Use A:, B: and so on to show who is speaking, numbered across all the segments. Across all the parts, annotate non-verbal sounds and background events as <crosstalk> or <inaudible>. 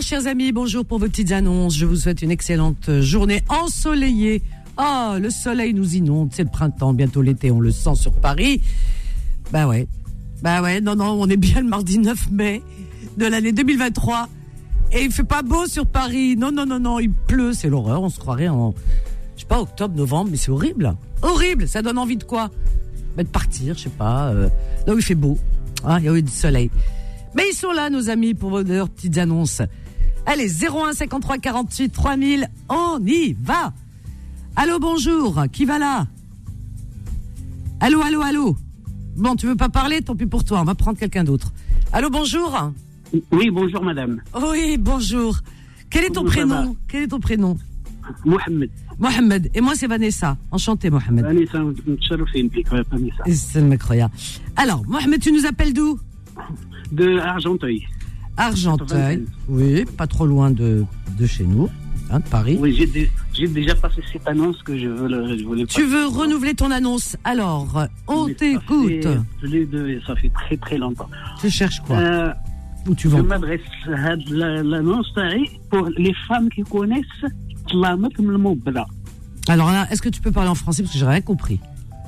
A: chers amis, bonjour pour vos petites annonces. Je vous souhaite une excellente journée ensoleillée. Ah, le soleil nous inonde, c'est le printemps, bientôt l'été, on le sent sur Paris. Bah ouais, bah ouais, non, non, on est bien le mardi 9 mai de l'année 2023. Et il fait pas beau sur Paris. Non, non, non, non, il pleut, c'est l'horreur. On se croirait en, je sais pas, octobre, novembre, mais c'est horrible. Horrible, ça donne envie de quoi bah, De partir, je sais pas. euh, là où il fait beau, hein, il y a eu du soleil. Mais ils sont là, nos amis, pour vos- leurs petites annonces. Allez, 01 53 48 3000, on y va Allô, bonjour, qui va là Allô, allô, allô Bon, tu veux pas parler, tant pis pour toi, on va prendre quelqu'un d'autre. Allô, bonjour
B: Oui, bonjour madame.
A: Oui, bonjour. Quel est ton
B: Bonjour, ça
A: prénom Quel est ton prénom
B: Mohamed.
A: Mohamed. Et moi, c'est Vanessa. Enchanté, Mohamed.
B: Vanessa, متشرفين بك Vanessa.
A: C'est incroyable. Alors, Mohamed, tu nous appelles d'où
B: De Argenteuil.
A: Argenteuil. Oui, pas trop loin de, de chez nous, hein, de Paris.
B: Oui, j'ai dé- j'ai déjà passé cette annonce que je, veux, le- je voulais
A: Tu
B: passer.
A: veux renouveler ton annonce Alors, on
B: Mais ça
A: t'écoute.
B: fait- je l'ai de- Ça fait très très longtemps.
A: Tu cherches quoi
B: Euh,
A: Où
B: je
A: tu vends
B: m'adresse à la- l'annonce تاعي pour les femmes qui connaissent طلامت من المبرة.
A: Alors là, est-ce que tu peux parler en français Parce que j'ai rien compris.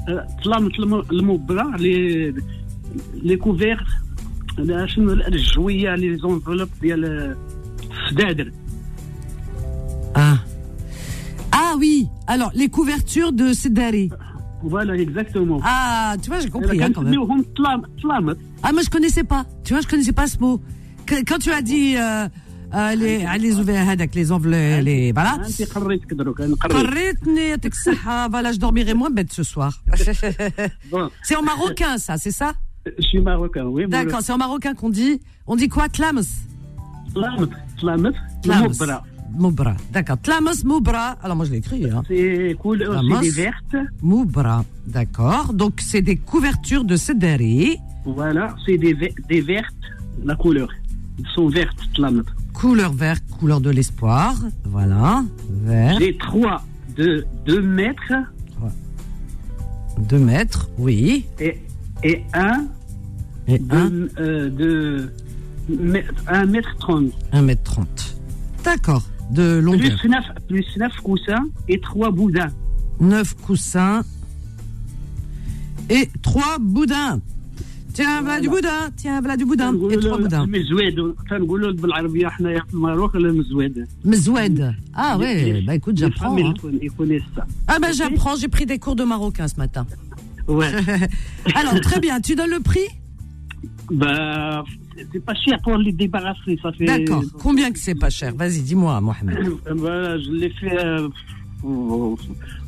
B: Euh, طلامت الم- المبرة les les couverts لا، شنو الجوية les enveloppes ديال السدادر.
A: Ah. Ah oui Alors, les couvertures de Sedari.
B: Voilà, exactement.
A: Ah, tu vois, j'ai
B: Elle a
A: compris hein, quand même.
B: كنسميوهم طلام- طلامت.
A: Ah, moi, je connaissais pas. Tu vois, je connaissais pas ce mot. Que- Quand tu as dit euh,
B: Ah,
A: euh, les, les ouverts, avec les enveloppes, les. Voilà.
B: انت قريتك دروك انا قريت
A: Arrête-moi, t'es que ça. Ah, Voilà, je dormirai moins bête ce soir.
B: بون
A: C'est en marocain, ça, c'est ça
B: شي ماروكان وي مولو.
A: D'accord, c'est en marocain qu'on dit. On dit quoi, tlams
B: طلامت طلامت
A: Tlams.
B: مبرة
A: Moubra. D'accord. Tlams, moubra. Alors, moi, je l'ai écrit, hein.
B: سي كول
A: طلامس.
B: سي دي فيرت
A: Moubra. D'accord. Donc, c'est des couvertures de cédari.
B: فوالا سي دي في- دي فيرت لا كولور سون فيرت طلامت
A: Couleur verte, couleur de l'espoir. Voilà. Vert.
B: لي تخوا دو دو متر
A: 2 mètres. Oui. Hein?
B: اي اي ان
A: Et un.
B: دو آه، دو متر- ان متر ترون
A: 1m30. D'accord, Oh, de longueur.
B: بلوس نف بلوس نف كوسان اي تخوا بودان
A: 9 coussins et 3 boudins. Tiens, voilà du boudin, tiens, voilà du boudin et 3 boudins.
B: المزواد تنقولوا بالعربيه حنايا في المغرب المزواد
A: Mezoued. Ah
B: Les-
A: ouais, bah écoute,
B: les
A: j'apprends.
B: femmes, elles
A: hein.
B: conna- elles connaissent ça.
A: Ah bah j'apprends, j'ai pris des cours de marocain ce matin.
B: Ouais.
A: <laughs> Alors très bien, tu donnes le prix
B: bah, c'est pas cher pour les débarrasser. Ça fait.
A: D'accord. Combien que c'est pas cher Vas-y, dis-moi, Mohamed.
B: Ben Voilà, je l'ai fait euh,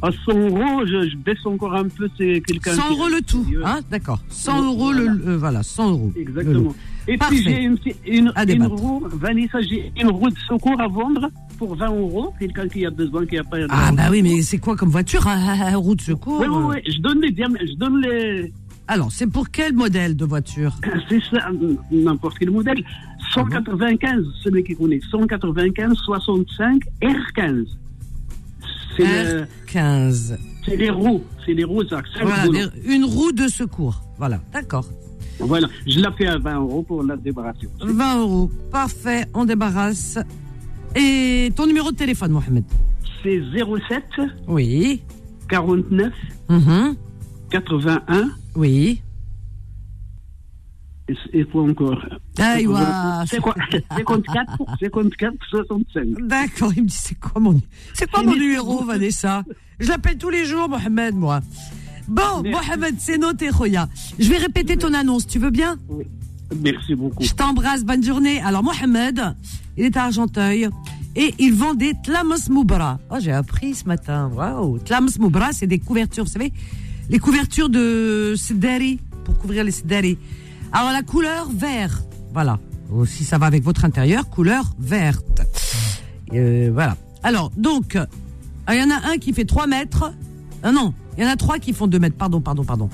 B: à 100 euros. Je, je baisse encore un peu. C'est quelqu'un.
A: 100
B: qui-
A: euros le tout, hein D'accord. 100 euros le. euh, voilà, 100 euros. le lot.
B: Exactement. Et
A: Parfait.
B: puis j'ai une, petite- une,
A: À
B: une
A: débattre.
B: roue, Vanessa, j'ai une roue de secours à vendre pour 20 euros. Quelqu'un qui a besoin, qui a pas.
A: Ah bah oui, mais c'est quoi comme voiture hein Roue de secours
B: Oui, oui,
A: euh.
B: oui, je donne les diam- je donne les. Euh,
A: Alors, c'est pour quel modèle de voiture
B: C'est ça, n'importe quel modèle.
A: Ah
B: 195, celui qui connaît. 195, 65, R15. C'est le-
A: R15.
B: c'est les roues. C'est les roues, ça. cinq
A: Voilà,
B: boulons.
A: des- une roue de secours. Voilà, d'accord.
B: Voilà, je l'ai fait à 20 euros pour la débarrasser.
A: 20 euros. Parfait, on débarrasse. Et ton numéro de téléphone, Mohamed
B: C'est 07
A: Oui.
B: 49
A: Mhm.
B: 81.
A: Oui.
B: Et c'est- Et quoi encore
A: Ah, Aïwa.
B: 54, 54, 65.
A: D'accord, il me dit c'est quoi mon, c'est quoi
B: C'est
A: mon
B: mes
A: numéro, Vanessa Je l'appelle tous les jours, Mohamed, moi. Bon,
B: Merci.
A: Mohamed, c'est noté, Roya. Je vais répéter ton annonce, tu veux bien
B: Merci beaucoup.
A: Je t'embrasse, bonne journée. Alors, Mohamed, il est à Argenteuil et il vend des tlamos moubra. Oh, j'ai appris ce matin. Waouh! Tlamos moubra, c'est des couvertures, vous savez, les couvertures de sedari, pour couvrir les sedari. Alors, la couleur vert. Voilà. Oh, si ça va avec votre intérieur, couleur verte. Euh, voilà. Alors, donc, euh, il y en a un qui fait 3 mètres. Ah non, il y en a trois qui font 2 mètres. Pardon, pardon, pardon.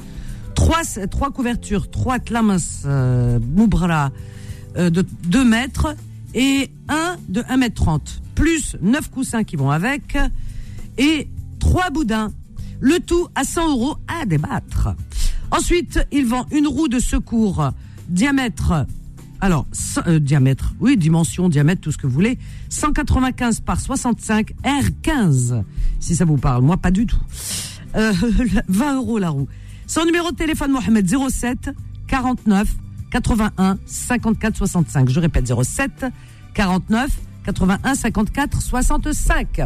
A: Trois, trois couvertures, trois tlamas euh, moubra euh, de 2 mètres et un de 1 mètre 30. Plus 9 coussins qui vont avec et trois boudins. Le tout à 100 euros à débattre. Ensuite, il vend une roue de secours diamètre Alors, cin- euh, diamètre, oui, dimension, diamètre, tout ce que vous voulez. 195 par 65 R15, si ça vous parle. Moi, pas du tout. Euh, <laughs> 20 euros la roue. Son numéro de téléphone, Mohamed, 07 49 81 54 65. Je répète, 07 49 81 54 65.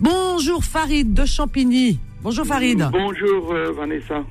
A: Bonjour Farid de Champigny. Bonjour Farid.
C: Bonjour euh, Vanessa.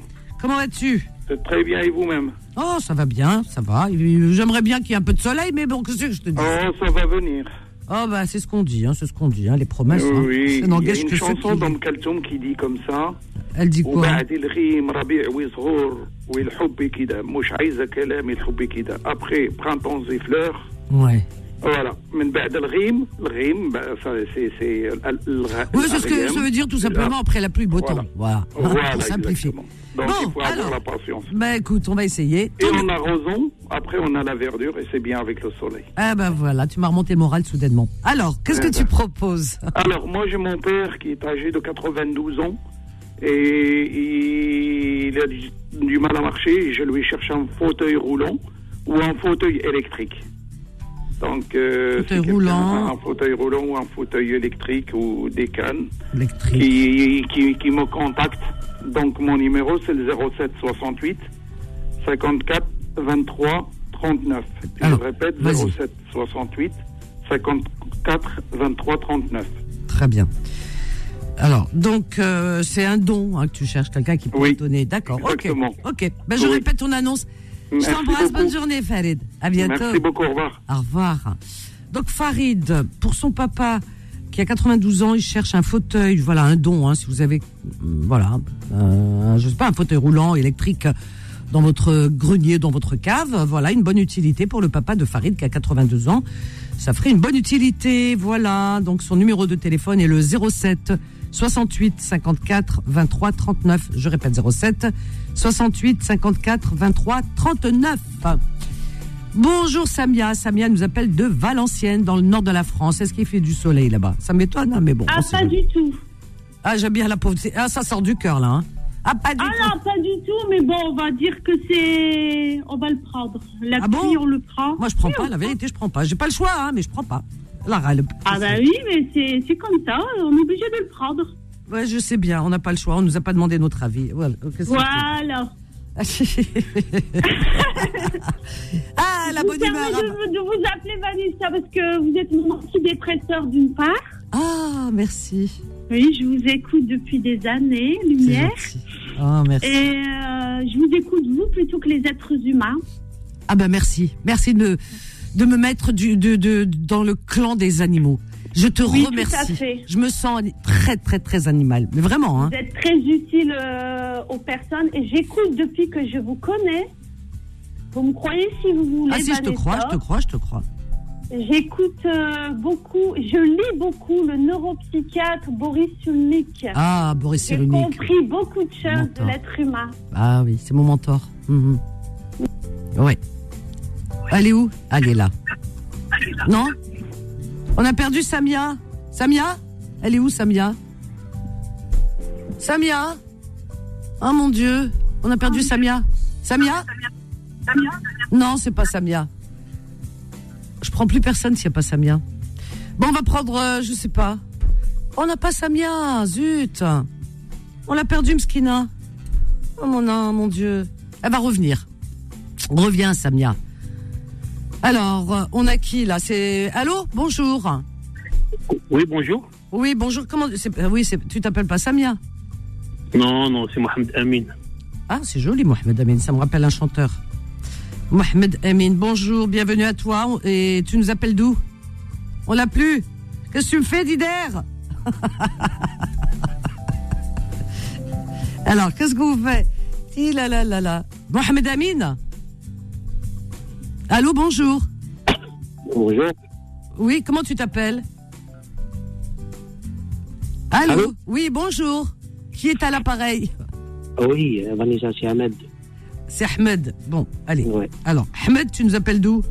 A: Comment vas-tu
C: Euh, Très bien et vous-même
A: Oh, ça va bien, ça va. J'aimerais bien qu'il y ait un peu de soleil, mais bon, qu'est-ce que je te dis
C: Oh, ça va venir.
A: Oh bah c'est ce qu'on dit, hein, c'est ce qu'on dit, hein, les promesses. hein.
C: oui,
A: Ça
C: il y a
A: n'engage
C: une
A: que ceux
C: chanson
A: qui-
C: d'Om Kaltoum qui dit comme ça.
A: Elle dit quoi
C: وبعد الغيم ربيع وصغور والحب كده مش عايزة كلام الحب كده après printemps et fleurs
A: Ouais.
C: Ah, voilà من بعد الغيم الغيم bah, ça, c'est c'est ال- الغ-
A: Oui, c'est ce que
C: الغيم.
A: ça veut dire tout simplement après la pluie, beau temps. Voilà,
C: Voilà,
A: <laughs> pour simplifier.
C: exactement. Donc il faut
A: bon,
C: avoir la
A: alors,
C: patience.
A: bah écoute, on va essayer.
C: Et
A: Ton-
C: en arrosant, après on a la verdure et c'est bien avec le soleil.
A: Ah bah voilà, tu m'as remonté le moral soudainement. Alors, qu'est-ce
C: Eh
A: que
C: ben.
A: tu proposes
C: <laughs> Alors, moi, j'ai mon père qui est âgé de 92 ans et il a du, du mal à marcher. Et je lui cherche un fauteuil roulant ou un fauteuil électrique. Donc, euh,
A: Fauteuil
C: si quelqu'un
A: roulant.
C: a Un fauteuil roulant ou un fauteuil électrique ou des cannes
A: Électrique.
C: qui, qui, qui me contacte. Donc, mon numéro, c'est le 07 68 54 23 39. Je
A: Alors,
C: répète,
A: vas-y.
C: 07 68 54 23 39.
A: Très bien. Alors, donc, euh, c'est un don hein, que tu cherches, quelqu'un qui peut
C: Oui.
A: te donner. D'accord, ok.
C: Exactement.
A: Ok, bah, je
C: Oui.
A: répète ton annonce.
C: Merci
A: je t'embrasse,
C: beaucoup.
A: bonne journée Farid. À bientôt.
C: Merci beaucoup, au revoir.
A: Au revoir. Donc Farid, pour son papa qui a 92 ans, il cherche un fauteuil, voilà, un don, hein, si vous avez, hum, voilà, euh, je sais pas, un fauteuil roulant électrique dans votre grenier, dans votre cave, voilà, une bonne utilité pour le papa de Farid qui a 82 ans. Ça ferait une bonne utilité, voilà. Donc son numéro de téléphone est le 07 68 54 23 39. Je répète 07 68 54 23 39. Bonjour Samia. Samia nous appelle de Valenciennes, dans le nord de la France. Est-ce qu'il fait du soleil là-bas Ça m'étonne, hein, mais bon.
D: Ah,
A: on sait
D: pas
A: jamais.
D: du tout.
A: Ah, j'aime bien la pauvreté. Ah, ça sort du cœur là. hein. Ah, pas du
D: Ah
A: tout.
D: non, pas du tout, mais bon, on va dire que c'est. On va le prendre. La
A: Ah
D: pluie,
A: bon
D: on le prend.
A: Moi, je prends pas. La vérité, je prends pas. J'ai pas le choix, hein, mais je prends pas. La râle.
D: Ah bah oui, mais c'est- c'est comme ça, on est obligé de le prendre.
A: Ouais, je sais bien. On n'a pas le choix. On nous a pas demandé notre avis. Voilà. Qu'est-ce que
D: Voilà.
A: <laughs> c'est ah, la
D: Je
A: bonne
D: vous permets
A: humeur.
D: de,
A: hein.
D: vous- de vous appeler Vanessa parce que vous êtes mon antidépresseur d'une part.
A: Ah, merci.
D: Oui, je vous écoute depuis des années,
A: C'est
D: Lumière.
A: gentil. Ah, merci.
D: Et euh, je vous écoute, vous, plutôt que les êtres humains.
A: Ah ben merci, merci de, de me mettre du, de, de, dans le clan des animaux. Je te
D: Oui, tout à
A: remercie.
D: fait.
A: Je me sens ani- très très très animal, mais vraiment. Hein.
D: Vous êtes très utile euh, aux personnes et j'écoute depuis que je vous connais. Vous me croyez si vous voulez.
A: Ah si, je te
D: Vanessa.
A: crois, je te crois, je te crois.
D: J'écoute euh, beaucoup, je lis beaucoup le neuropsychiatre Boris Ulnik.
A: Ah Boris
D: J'ai
A: Cyrulnik.
D: compris beaucoup de choses de
A: Mentor.
D: l'être humain.
A: Ah oui, c'est mon mentor. Mhm. Ouais. Elle est où Ah, Elle est là. Non On a perdu Samia. Samia Elle est où Samia Samia Oh mon Dieu, on a perdu Samia. Samia Non, c'est pas Samia. Je prends plus personne s'il n'y a pas Samia. Bon, on va prendre, euh, je sais pas. On n'a pas Samia, zut. On l'a perdu, Mskina. Oh mon, non, mon Dieu. Elle va revenir. Reviens, Samia. Alors, euh, on a qui là C'est allô Bonjour.
E: Oui, bonjour.
A: Oui, bonjour. Comment c'est- euh, Oui, c'est- tu t'appelles pas Samia
E: Non, non, c'est Mohamed Amin.
A: Ah, c'est joli, Mohamed Amin. Ça me rappelle un chanteur. Mohamed Amin. Bonjour, bienvenue à toi. On- Et tu nous appelles d'où On l'a plus. Qu'est-ce que tu me fais, Dider <laughs> Alors, qu'est-ce que vous faites Ti là là là là. Mohamed Amin Allô, bonjour.
E: Bonjour.
A: Oui, comment tu t'appelles Allô,
E: Allô
A: Oui, bonjour. Qui est à l'appareil
E: Ah oui, euh, Vanessa, c'est Ahmed.
A: C'est Ahmed. Bon, allez.
E: Ouais.
A: Alors, Ahmed, tu nous appelles d'où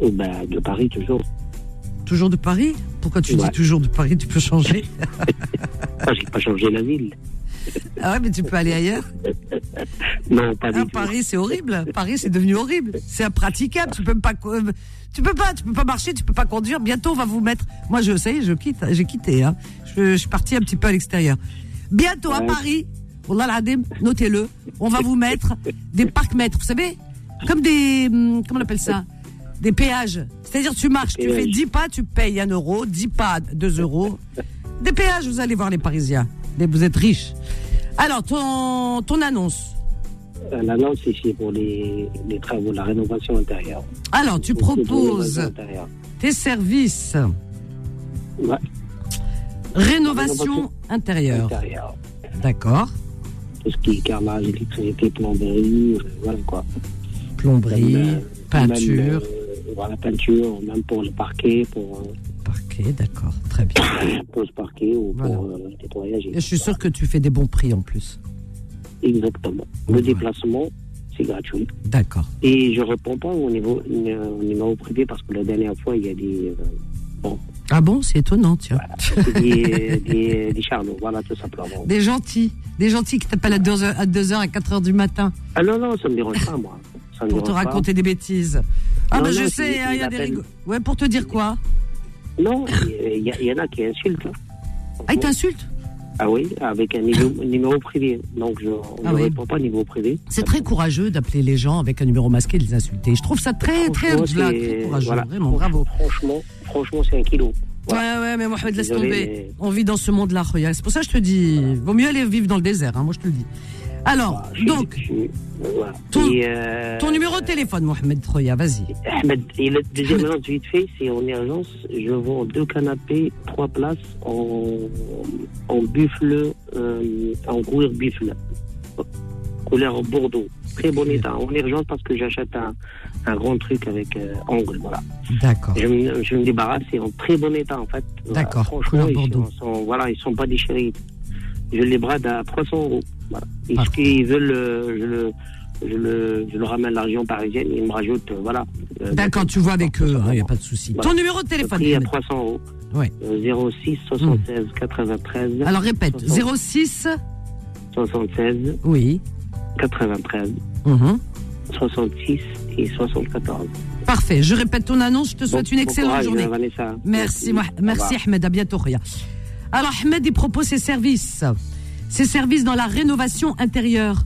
E: Eh ben, de Paris, toujours.
A: Toujours de Paris Pourquoi tu
E: Ouais. <laughs>
A: dis toujours de Paris Tu peux changer.
E: Ah, j'ai pas changé la ville.
A: Ah ouais, mais tu peux aller ailleurs.
E: Non, pas du
A: Hein,
E: tout.
A: Paris, c'est horrible. Paris, c'est devenu horrible. C'est impraticable. Tu peux même pas, co- euh, tu peux pas, tu peux pas marcher, tu peux pas conduire. Bientôt, on va vous mettre. Moi, je sais, je quitte, j'ai quitté. Hein. Je, je suis parti un petit peu à l'extérieur. Bientôt à
E: Ouais.
A: Paris, on a notez-le. On va vous mettre des parcs-mètres, vous savez, comme des, hum, comment on appelle ça, des péages. C'est-à-dire, tu marches, tu
E: péages.
A: fais 10 pas, tu payes 1 euro, 10 pas, 2 euros. Des péages, vous allez voir les Parisiens. Les- Vous êtes riches. Alors, ton, ton annonce.
E: Euh, L'annonce, c'est- c'est pour les, les travaux, la rénovation intérieure.
A: Alors, tu
E: C'est pour la
A: proposes
E: rénovation intérieure.
A: tes services
E: Ouais,
A: rénovation
E: Rénovation
A: intérieure.
E: intérieure.
A: D'accord.
E: Tout ce qui est carrelage, électricité, plomberie, euh, voilà quoi.
A: Plomberie,
E: Même, euh,
A: peinture,
E: même, euh, voilà, peinture, même pour le parquet, pour, euh,
A: parquet, d'accord. Très bien.
E: <coughs> pour le parquet ou
A: Voilà.
E: pour euh, le nettoyage.
A: Je suis sûr que tu fais des bons prix en plus.
E: Exactement. Le
A: Ouais.
E: déplacement, c'est gratuit.
A: D'accord.
E: Et je réponds pas au niveau euh, au numéro privé parce que la dernière fois, il y a des, euh,
A: Ah bon, c'est étonnant, tiens. <laughs>
E: des, des, des charlots, voilà, tout simplement.
A: Des gentils. Des gentils qui t'appellent à 2h, à 2h, à 4h du matin
E: Ah non, non, ça me dérange pas, moi. Ça me
A: pour te
E: dérange pas.
A: raconter des bêtises. Ah
E: Non,
A: ben
E: non,
A: je
E: c'est-
A: sais,
E: c'est
A: hein, il y a
E: la
A: des
E: peine.
A: rigoles. Ouais, pour te dire quoi
E: Non, il y, a- il y en a qui insultent. hein.
A: Ah, ils t'insultent
E: Ah oui, avec un
A: <laughs>
E: numéro, un numéro privé. Donc, je ne
A: Ah oui.
E: réponds pas au numéro privé.
A: C'est très courageux d'appeler les gens avec un numéro masqué et de les insulter. Je trouve ça très, très,
E: Franchement,
A: au-delà,
E: c'est-
A: très courageux.
E: voilà.
A: Vraiment, bravo.
E: Franchement, franchement c'est un kilo.
A: Ouais, Ah ouais, mais Mohamed, laisse
E: Désolé,
A: tomber.
E: mais-
A: On vit dans ce monde-là, Roya. C'est pour ça que je te dis, vaut mieux aller vivre dans le désert, hein, moi je te le dis. Alors,
E: Voilà, Bah, je-
A: donc,
E: je- voilà.
A: ton-
E: Et, euh,
A: ton numéro de téléphone, Mohamed Roya, vas-y.
E: Ahmed, et le deuxième annonce vite fait, c'est en urgence. Je vends deux canapés, trois places en, en buffle, euh, en couleur buffle, couleur bordeaux. Très bon état, en urgence parce que j'achète un, un grand truc avec euh, angle. Voilà.
A: D'accord.
E: Je me, je me débarrasse, c'est en très bon état en fait. Voilà.
A: D'accord,
E: Franchement,
A: couleur
E: ils
A: bordeaux.
E: sont, sont- voilà, ils sont pas déchirés. Je les brade à 300 euros. Voilà. Et ce
A: Parfait.
E: qu'ils veulent, euh, je le, je le, je le ramène à la région parisienne, ils me rajoutent, euh, voilà. euh,
A: D'accord, tu vois avec eux, il n'y a pas de souci.
E: Voilà.
A: Ton numéro de
E: le
A: téléphone,
E: prix à
A: Mohamed.
E: 300 euros.
A: Ouais.
E: Euh, 06 76 93
A: Alors répète, 06,
E: 76
A: oui.
E: 93
A: mhm.
E: 66 et 74.
A: Parfait, je répète ton annonce, je te souhaite
E: Bon-
A: une
E: bon
A: excellente
E: courage,
A: journée.
E: euh, Vanessa.
A: Merci, Moh-
E: Au revoir.
A: merci Ahmed, à bientôt Roya. Alors Ahmed, il propose ses services. Ses services dans la rénovation intérieure.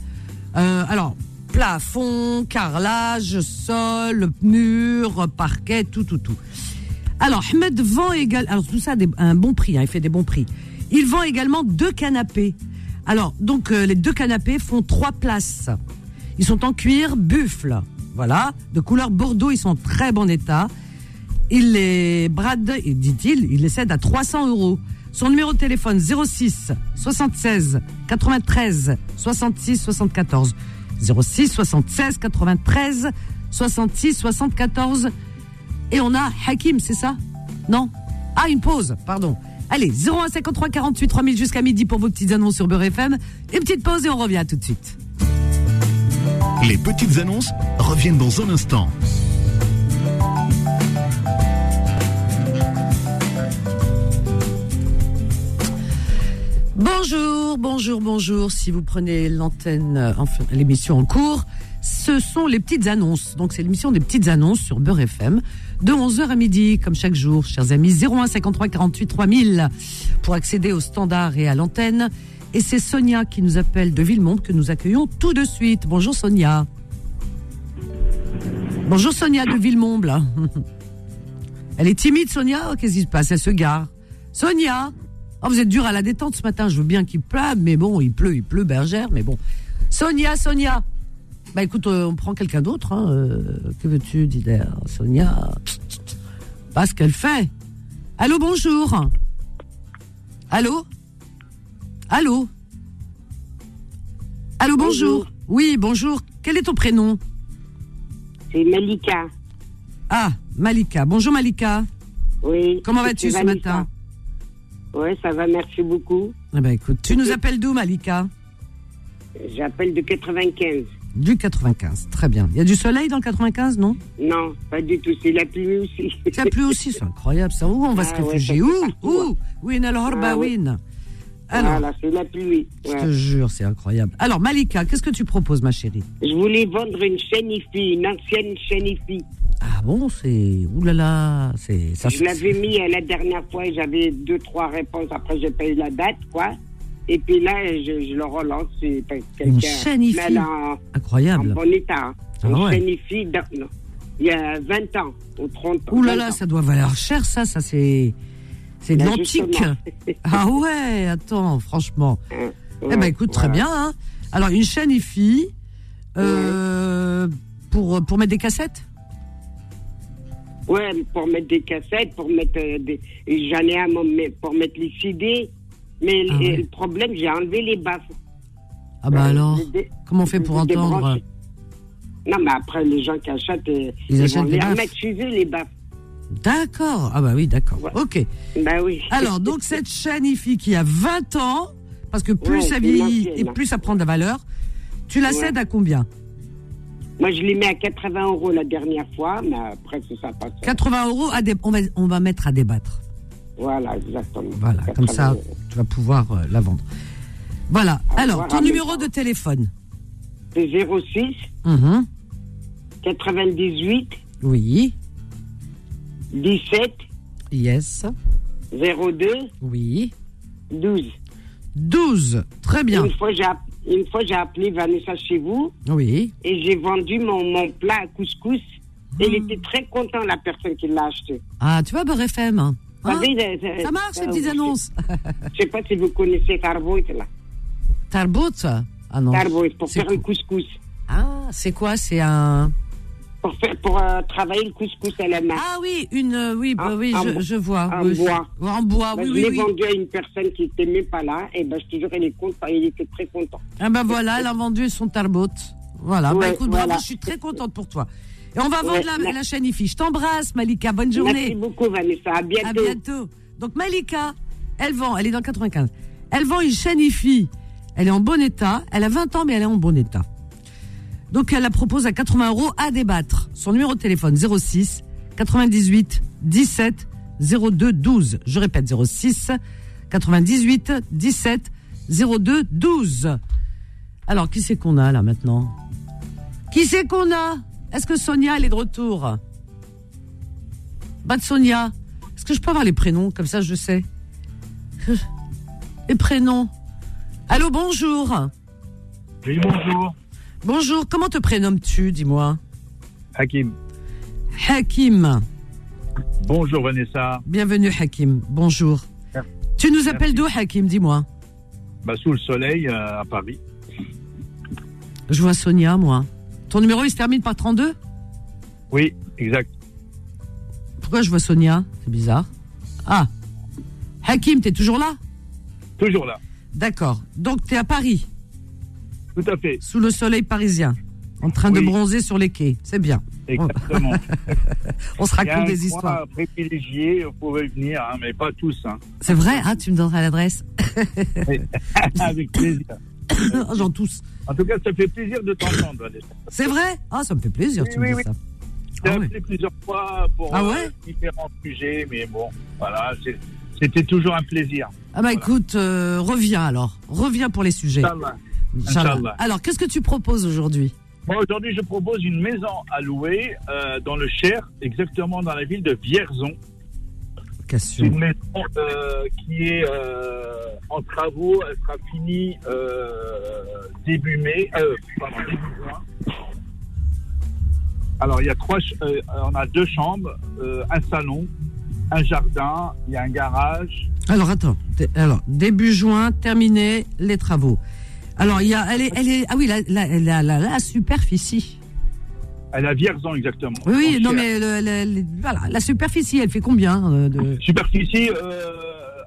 A: Euh, alors, plafond, carrelage, sol, mur, parquet, tout, tout, tout. Alors, Ahmed vend également... Alors, tout ça à, des- à un bon prix, hein, il fait des bons prix. Il vend également deux canapés. Alors, donc, euh, les deux canapés font trois places. Ils sont en cuir buffle. Voilà, de couleur bordeaux, ils sont en très bon état. Il les brade, et dit-il, il les cède à 300 euros. Son numéro de téléphone 06 76 93 66 74. 06 76 93 66 74. Et on a Hakim, c'est ça Non Ah, une pause, pardon. Allez, 01 53 48 3000 jusqu'à midi pour vos petites annonces sur Beurre FM. Une petite pause et on revient tout de suite.
F: Les petites annonces reviennent dans un instant.
A: Bonjour, bonjour, bonjour. Si vous prenez l'antenne, euh, enfin, l'émission en cours, ce sont les petites annonces. Donc, c'est l'émission des petites annonces sur Beurre FM de 11h à midi, comme chaque jour, chers amis. 01 53 48 3000 pour accéder au standard et à l'antenne. Et c'est Sonia qui nous appelle de Villemont que nous accueillons tout de suite. Bonjour Sonia. Bonjour Sonia de Villemont, <laughs> là. Elle est timide, Sonia Oh, Qu'est-ce qui se passe Elle se gare. Sonia Oh, vous êtes dure à la détente ce matin. Je veux bien qu'il pleuve, mais bon, il pleut, il pleut, bergère, mais bon. Sonia, Sonia Bah écoute, euh, on prend quelqu'un d'autre. hein, euh, que veux-tu, Dider Sonia Pas ce qu'elle fait. Allô, bonjour Allô Allô Allô, bonjour. Oui, bonjour. Quel est ton prénom
G: C'est Malika.
A: Ah, Malika. Bonjour, Malika.
G: Oui.
A: Comment vas-tu
G: C'est
A: ce
G: Vanessa.
A: matin
G: Ouais, ça va, merci beaucoup.
A: Eh ben écoute, tu nous appelles d'où, Malika
G: J'appelle de 95.
A: Du 95, très bien. Il y a du soleil dans le 95, non
G: Non, pas du tout, c'est la pluie aussi. <laughs>
A: Ça a plu aussi, c'est incroyable ça. Où on va
G: Ah
A: se
G: ouais,
A: réfugier
G: ça
A: Où
G: fait partout,
A: Où Win al
G: Ah ouais.
A: Horbawin Alors,
G: Voilà, c'est la pluie.
A: je
G: ouais.
A: te jure, c'est incroyable. Alors, Malika, qu'est-ce que tu proposes, ma chérie
G: Je voulais vendre une chaîne IFI, une ancienne chaîne IFI.
A: Ah bon, c'est. Ouh là là, c'est. Ça,
G: Je l'avais mis euh, la dernière fois et j'avais deux, trois réponses. Après, j'ai payé la date, quoi. Et puis là, je, je le relance. C'est parce que
A: Une
G: quelqu'un-
A: chaîne IFI.
G: Mais elle est en, en
A: Incroyable.
G: bon état. hein.
A: Ah
G: Une
A: ouais.
G: chaîne IFI, dans- non. il y a 20 ans ou 30 ans.
A: Ouh là
G: 20
A: là,
G: ans.
A: ça doit valoir cher, ça, ça c'est. C'est de
G: Là,
A: l'antique.
G: justement.
A: <laughs>
G: Ah,
A: Ah ouais, attends, franchement. Eh ben
G: Ouais,
A: écoute, très
G: voilà.
A: bien. hein. Alors, une chaîne IFI. euh, pour, pour mettre des cassettes
G: Ouais, pour mettre des cassettes, pour mettre euh, des. et J'en ai un mon- mais pour mettre les CD. Mais
A: Ah
G: le-
A: ouais.
G: le problème, j'ai enlevé les baffes.
A: Ah bah
G: Euh,
A: alors,
G: je dé-
A: comment on fait
G: je
A: pour
G: débranche.
A: entendre
G: Non, mais après, les gens qui achètent, euh,
A: Ils
G: ils,
A: achètent
G: vont
A: les
G: les
A: baffes.
G: remettre chez eux, les baffes.
A: D'accord. Ah bah oui, d'accord.
G: Ouais.
A: Ok.
G: Bah oui.
A: Alors, donc cette chaîne IFI qui a 20 ans, parce que plus
G: Ouais,
A: ça
G: c'est
A: vieillit et
G: l'ancienne.
A: plus ça prend de la valeur, tu la
G: Ouais.
A: cèdes à combien
G: Moi, je les mets à 80 euros la dernière fois, mais après, c'est ça passe.
A: 80 euros, à dé- on, va, on va mettre à débattre.
G: Voilà, exactement.
A: Voilà, comme
G: 80
A: ça,
G: euros.
A: tu vas pouvoir euh, la vendre. Voilà.
G: Ah,
A: Alors,
G: voilà,
A: ton
G: mais-
A: numéro de téléphone
G: C'est 06
A: Mhm.
G: 98
A: Oui.
G: 17
A: Yes.
G: 02
A: Oui.
G: 12.
A: 12. Très bien.
G: Une fois, j'ai app- une fois, j'ai appelé Vanessa chez vous
A: Oui.
G: et j'ai vendu mon, mon plat à couscous. Et Il était très content, la personne qui l'a acheté.
A: Ah, tu vois, Beurre FM. hein.
G: Vous
A: Hein
G: savez, le- le-
A: ça marche,
G: euh,
A: ces petites
G: je-
A: annonces.
G: Je sais pas si vous connaissez Carboit, là.
A: Tarbout ça Ah non.
G: Carboit, pour
A: C'est
G: faire le
A: quoi
G: couscous.
A: Ah, c'est quoi C'est un.
G: Pour, faire, pour euh, travailler le couscous à la main.
A: Ah oui, une, euh, oui, bah
G: Un-
A: oui,
G: un
A: je,
G: bo-
A: je vois.
G: un
A: oui, je-
G: bois.
A: En bois,
G: Bah,
A: oui,
G: je
A: oui,
G: l'ai
A: oui.
G: vendu à une personne qui n'était même pas là, et ben je te jure, il est content, il était très content.
A: Ah ben voilà, elle a vendu son tarbot. Voilà, bah
G: Ouais,
A: écoute, bravo,
G: voilà.
A: je suis très contente pour toi. Et on va vendre
G: Ouais,
A: la,
G: merci.
A: la chaîne IFI. Je t'embrasse, Malika, bonne
G: Merci
A: journée.
G: beaucoup, Vanessa. À bientôt.
A: À bientôt. Donc Malika, elle vend, elle est dans le 95. Elle vend une chaîne IFI. Elle est en bon état. Elle a 20 ans, mais elle est en bon état. Donc elle la propose à 80 euros à débattre. Son numéro de téléphone 06 98 17 02 12. Je répète 06 98 17 02 12. Alors qui c'est qu'on a là maintenant Qui c'est qu'on a Est-ce que Sonia elle est de retour Bad Sonia, est-ce que je peux avoir les prénoms comme ça je sais Les prénoms. Allô, bonjour.
H: Oui, bonjour.
A: Bonjour, comment te prénommes-tu, dis-moi
H: Hakim.
A: Hakim.
H: Bonjour, Vanessa.
A: Bienvenue, Hakim. Bonjour.
H: Merci.
A: Tu nous appelles d'où, Hakim Dis-moi.
H: Bah, sous le soleil, euh, à Paris.
A: Je vois Sonia, moi. Ton numéro, il se termine par 32
H: Oui, exact.
A: Pourquoi je vois Sonia C'est bizarre. Ah. Hakim, t'es toujours là
H: Toujours là.
A: D'accord. Donc, t'es à Paris,
H: Tout à fait.
A: sous le soleil parisien, en train de
H: Oui.
A: bronzer sur les quais. C'est bien.
H: Exactement.
A: On se
H: Il y a
A: raconte
H: un
A: des
H: coin
A: histoires.
H: privilégié, vous pouvez venir, hein, mais pas tous. hein.
A: <laughs> C'est vrai Ah, tu me donneras l'adresse
H: <laughs> Avec plaisir.
A: Ah, <coughs> J'en tousse.
H: En tout cas, ça fait plaisir de t'entendre, Vanessa.
A: C'est vrai Ah, ça me fait plaisir,
H: Oui,
A: tu me
H: oui,
A: dis
H: oui.
A: ça.
H: J'ai
A: Ah ouais.
H: appelé plusieurs fois pour
A: Ah
H: euh,
A: ouais
H: différents sujets, mais bon, voilà, c'est- c'était toujours un plaisir.
A: Ah bah
H: Voilà.
A: écoute, euh, reviens alors. Reviens pour les sujets.
H: Ça va.
A: Inch'Allah.
H: Inch'Allah.
A: Alors, qu'est-ce que tu proposes aujourd'hui
H: Moi, aujourd'hui, je propose une maison à louer euh, dans le Cher, exactement dans la ville de Vierzon. C'est
A: Question.
H: une maison euh, qui est euh, en travaux. Elle sera finie euh, début mai. euh, pardon, début juin. Alors, il y a trois. ch- euh, on a deux chambres, euh, un salon, un jardin, il y a un garage.
A: Alors attends. Dé- Alors début juin, terminé les travaux. Alors il y a, elle est, elle est, ah oui, la, la, la, la, la superficie.
H: Elle est à Vierzon, exactement.
A: Oui, oui,
H: Dans
A: non
H: le Cher.
A: mais le- le- le- voilà, la superficie, elle fait combien euh, de
H: Ah, Superficie. euh,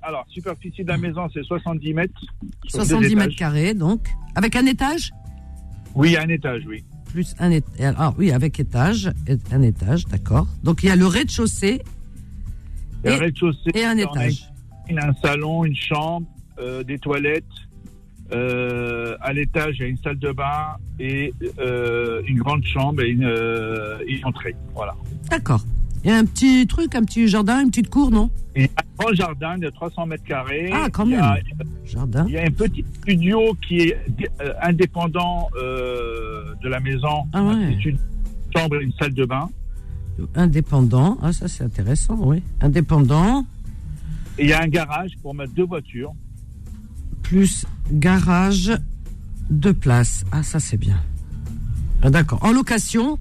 H: alors, superficie de la maison, c'est 70 mètres. sur deux
A: 70 mètres
H: étages.
A: carrés donc, avec un étage
H: Oui, un étage, oui.
A: plus un étage. Ah oui, avec étage, et- un étage, d'accord. Donc il y a le rez-de-chaussée
H: Il y a
A: Et-
H: un rez-de-chaussée.
A: et un
H: on a
A: étage.
H: Il a un salon, une chambre, euh, des toilettes. Euh, à l'étage, il y a une salle de bain et euh, une grande chambre et une, euh, une entrée. Voilà.
A: D'accord. Il y a un petit truc, un petit jardin, une petite cour, non
H: Il y a un grand jardin de 300 mètres carrés.
A: Ah, quand
H: Il y a-
A: même. Jardin.
H: Il y a un petit studio qui est dé- euh, indépendant euh, de la maison.
A: Ah ouais.
H: C'est une chambre et une salle de bain.
A: Indépendant. Ah, ça, c'est intéressant, oui. Indépendant,
H: Et il y a un garage pour mettre deux voitures.
A: plus garage, deux places. Ah, ça, c'est bien. Ah, D'accord. En location.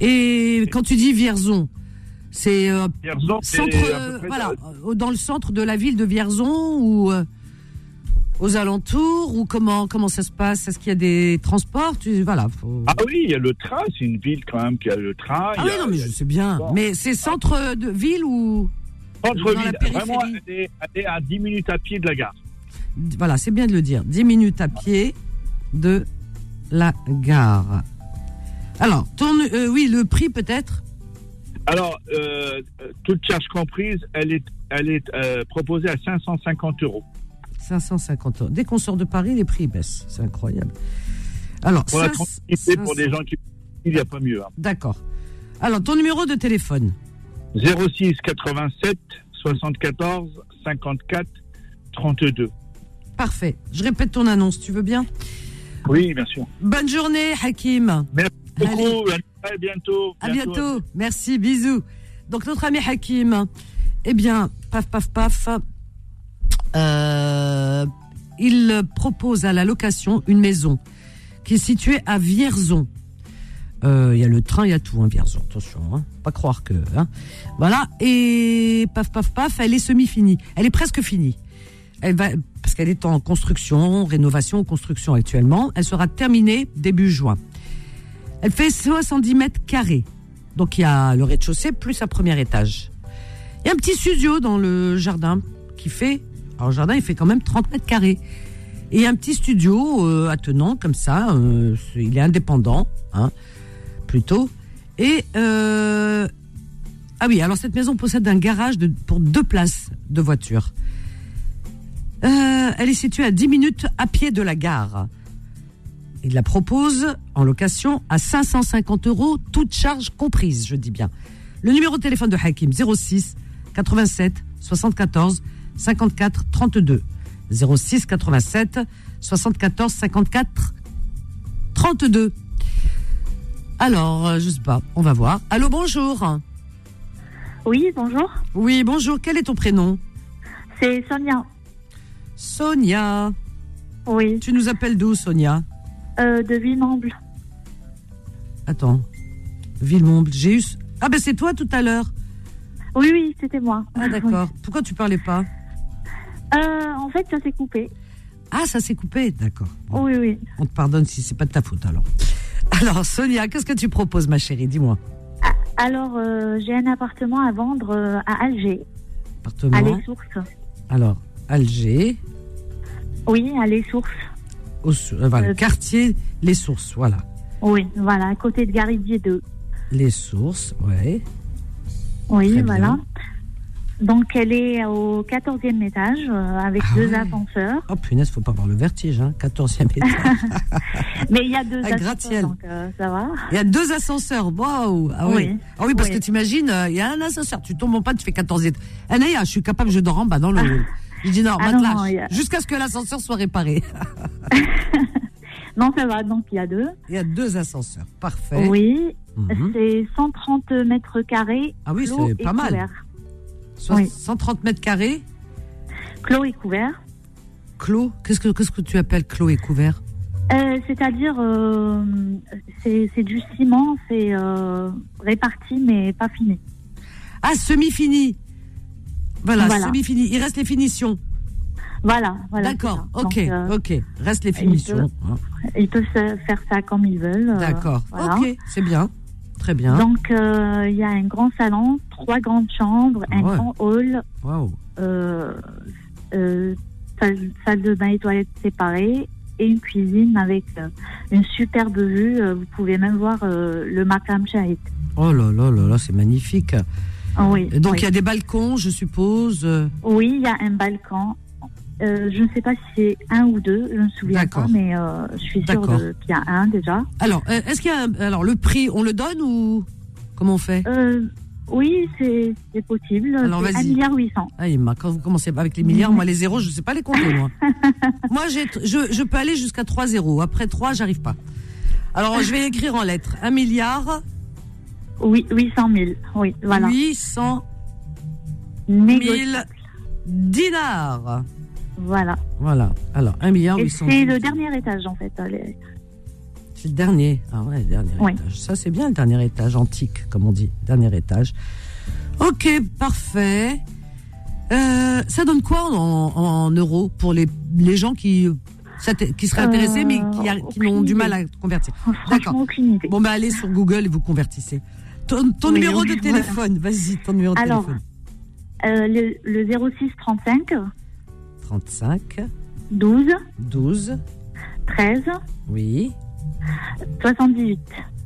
A: Et quand tu dis Vierzon, c'est euh,
H: Vierzon, c'est
A: centre,
H: à peu
A: euh,
H: près
A: voilà,
H: dans-
A: euh, dans le centre de la ville de Vierzon ou euh, aux alentours ou comment comment ça se passe Est-ce qu'il y a des transports Tu- Voilà. faut-
H: Ah oui, il y a le train. C'est une ville quand même qui a le train.
A: Oh. Ah
H: Il y
A: oui,
H: a-
A: non, mais
H: il y a
A: je sais bien.
H: Bon.
A: Mais c'est centre de ville ou
H: Centre-ville,
A: Dans la périphérie.
H: vraiment, elle est, elle est à 10 minutes à pied de la gare.
A: Voilà, c'est bien de le dire. 10 minutes à pied de la gare. Alors, tourne, euh, oui, le prix peut-être
H: Alors, euh, euh, toute charge comprise, elle est, elle est euh, proposée à 550 euros.
A: 550 euros. Dès qu'on sort de Paris, les prix baissent. C'est incroyable. Alors,
H: Pour la
A: cinq-
H: tranquillité,
A: cinq-
H: pour des gens qui... Il n'y a pas mieux. hein.
A: D'accord. Alors, ton numéro de téléphone
H: 06 87 74 54 32.
A: Parfait. Je répète ton annonce, tu veux bien
H: Oui, bien sûr.
A: Bonne journée, Hakim.
H: Merci
A: Allez.
H: beaucoup. À bientôt.
A: À bientôt. Merci, bisous. Donc notre ami Hakim, eh bien, paf, paf, paf, euh, il propose à la location une maison qui est située à Vierzon. Euh, Il y a le train, il y a tout, hein, Vierzon, attention, hein. Faut pas croire que... hein. Voilà, et paf, paf, paf, elle est semi-finie, elle est presque finie. Elle va, parce qu'elle est en construction, rénovation, construction actuellement, elle sera terminée début juin. Elle fait 70 mètres carrés. Donc il y a le rez-de-chaussée plus un premier étage. Il y a un petit studio dans le jardin qui fait. Alors le jardin, il fait quand même 30 mètres carrés. Et il y a un petit studio euh, attenant comme ça. euh, c'est- il est indépendant, hein, plutôt. Et. euh, ah oui, alors cette maison possède un garage de- pour deux places de voiture. Euh, elle est située à 10 minutes à pied de la gare. Il la propose en location à 550 euros, toutes charges comprises, je dis bien. Le numéro de téléphone de Hakim, 06 87 74 54 32. 06 87 74 54 32. Alors, euh, je sais pas, on va voir. Allô, bonjour.
I: Oui, bonjour.
A: Oui, bonjour, quel est ton prénom
I: C'est Sonia.
A: Sonia.
I: Oui.
A: Tu nous appelles d'où, Sonia
I: Euh, de Villemomble.
A: Attends. Villemomble, j'ai eu... Ah ben c'est toi tout à l'heure.
I: Oui, oui, c'était moi. <laughs>
A: Ah d'accord. Pourquoi tu parlais pas
I: Euh, en fait, ça s'est coupé.
A: Ah, ça s'est coupé, d'accord. Bon,
I: Oui, oui.
A: On te pardonne si c'est pas de ta faute alors. <laughs> Alors Sonia, qu'est-ce que tu proposes ma chérie Dis-moi.
I: Alors, euh, j'ai un appartement à vendre euh, à Alger, à
A: Appartement.
I: Ah, Les Sources.
A: Alors Alger,
I: Oui, à Les Sources.
A: au sou- euh, voilà,
I: Euh,
A: quartier Les Sources, voilà.
I: Oui, voilà, à côté de Garibier 2.
A: Les Sources, ouais.
I: Oui,
A: Très bien.
I: voilà. Donc, elle est au 14e étage euh, avec
A: Ah
I: deux
A: ouais.
I: ascenseurs.
A: Oh punaise, faut pas avoir le vertige hein,
I: <laughs>
A: 14e étage.
I: Mais il y a deux
A: Un Ah, gratte-ciel.
I: ascenseurs, donc euh, ça va.
A: Il y a deux ascenseurs. Waouh Ah oui.
I: Oui.
A: Ah oui, parce
I: Oui.
A: que t'imagines, euh, il y a un ascenseur, tu tombes en panne, tu fais 14 étages. Ah Naya, je suis capable, je dors en bas dans le hall. Je dis non,
I: Ah
A: va te
I: non, non,
A: lâche,
I: il y a-
A: jusqu'à ce que l'ascenseur soit réparé.
I: Non, ça va, donc il y a deux.
A: Il y a deux ascenseurs, parfait.
I: Oui,
A: Mhm.
I: c'est 130 mètres carrés.
A: Ah oui,
I: clos
A: c'est
I: et
A: pas mal.
I: couvert.
A: Soix-
I: Oui.
A: 130 mètres carrés,
I: Clos et couvert.
A: clos. Qu'est-ce que, qu'est-ce que tu appelles clos et couvert
I: Euh, C'est-à-dire, euh, c'est c'est du ciment, c'est euh, réparti mais pas fini.
A: Ah, semi-fini. Voilà,
I: Voilà.
A: semi-fini. Il reste les finitions.
I: Voilà, voilà.
A: D'accord,
I: c'est ça.
A: ok,
I: Donc, euh,
A: ok. Reste les finitions. hein.
I: Ils peuvent se- faire ça comme ils veulent. euh,
A: D'accord,
I: voilà.
A: ok, c'est bien. Très bien.
I: Donc, euh, il y a un grand salon, trois grandes chambres, un
A: Ouais.
I: grand hall,
A: Waouh.
I: euh, euh, salle, salle de bain et toilettes séparées et une cuisine avec euh, une superbe vue. Euh, Vous pouvez même voir euh, le Makam Shahid.
A: Oh là là là là, c'est magnifique.
I: Ah oui,
A: Et donc
I: oui.
A: il y a des balcons, je suppose. euh,
I: Oui, il y a un balcon. Euh, je ne sais pas si c'est un ou deux, je ne me souviens
A: D'accord.
I: pas, mais euh, je suis sûre
A: D'accord. euh,
I: de- qu'il y a un déjà.
A: Alors, euh, est-ce qu'il y a un- alors le prix, on le donne ou comment on fait
I: Euh, Oui, c'est c'est possible.
A: Alors,
I: Ah, C'est
A: vas-y.
I: 1 milliard 800.
A: Ah, il m'a- quand vous commencez pas avec les milliards, moi les zéros, je sais pas les compter
I: <laughs>
A: moi. moi j'ai tr- je, je peux aller jusqu'à 3 zéros, après 3, j'arrive pas. Alors je vais écrire en lettres 1 milliard
I: Oui, 800 000. Oui, voilà.
A: 800
I: Négocie.
A: 000 dinars.
I: Voilà.
A: Voilà. Alors 1 milliard
I: Et
A: 800
I: c'est le dernier étage, en fait. euh, les-
A: C'est le dernier. Ah ouais, le dernier
I: Oui.
A: étage. Ça, c'est bien le dernier étage antique, comme on dit. Dernier étage. Ok, parfait. Euh, ça donne quoi en, en euros pour les, les gens qui, ça t- qui seraient
I: Euh,
A: intéressés mais qui, a- qui
I: aucune
A: ont du
I: idée.
A: mal à convertir
I: Euh, Franchement, aucune idée.
A: Bon, bah, allez sur Google et vous convertissez. Ton, ton
I: Oui,
A: numéro
I: oui,
A: de
I: voilà.
A: téléphone, vas-y, ton numéro de
I: Alors,
A: téléphone.
I: euh, le, le 06 35
A: 35,
I: 12
A: 12,
I: 13
A: oui.
I: 78.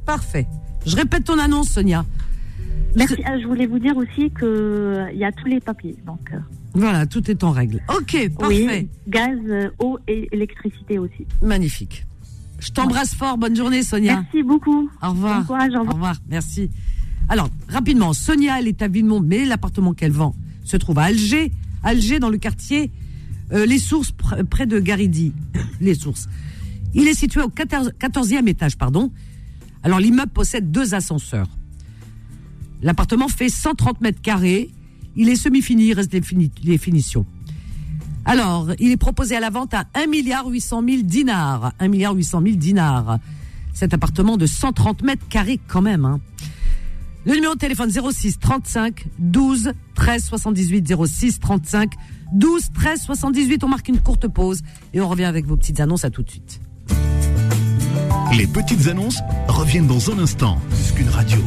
A: Parfait. Je répète ton annonce, Sonia.
I: Merci. Ah, je voulais vous dire aussi que euh, il y a tous les papiers. Donc, euh,
A: Voilà, tout est en règle. Ok, parfait.
I: oui, gaz, euh, eau et électricité aussi.
A: Magnifique. Je t'embrasse fort. Bonne journée, Sonia.
I: Merci beaucoup.
A: Au revoir.
I: Bon courage, au revoir.
A: Merci. Alors, rapidement, Sonia, elle est à Villemont, mais l'appartement qu'elle vend se trouve à Alger. Alger, dans le quartier euh, Les Sources, pr- près de Garidi. <coughs> Les Sources. Il est situé au 14, 14e étage, pardon. Alors, l'immeuble possède deux ascenseurs. L'appartement fait 130 mètres carrés. Il est semi-fini, il reste des, fini- des finitions. Alors, il est proposé à la vente à 1 milliard 800 000 dinars. 1 milliard 800 000 dinars. Cet appartement de 130 mètres carrés quand même. hein. Le numéro de téléphone 06 35 12 13 78 06 35 12 13 78. On marque une courte pause et on revient avec vos petites annonces à tout de suite.
J: Les petites annonces reviennent dans un instant. Plus qu'une radio.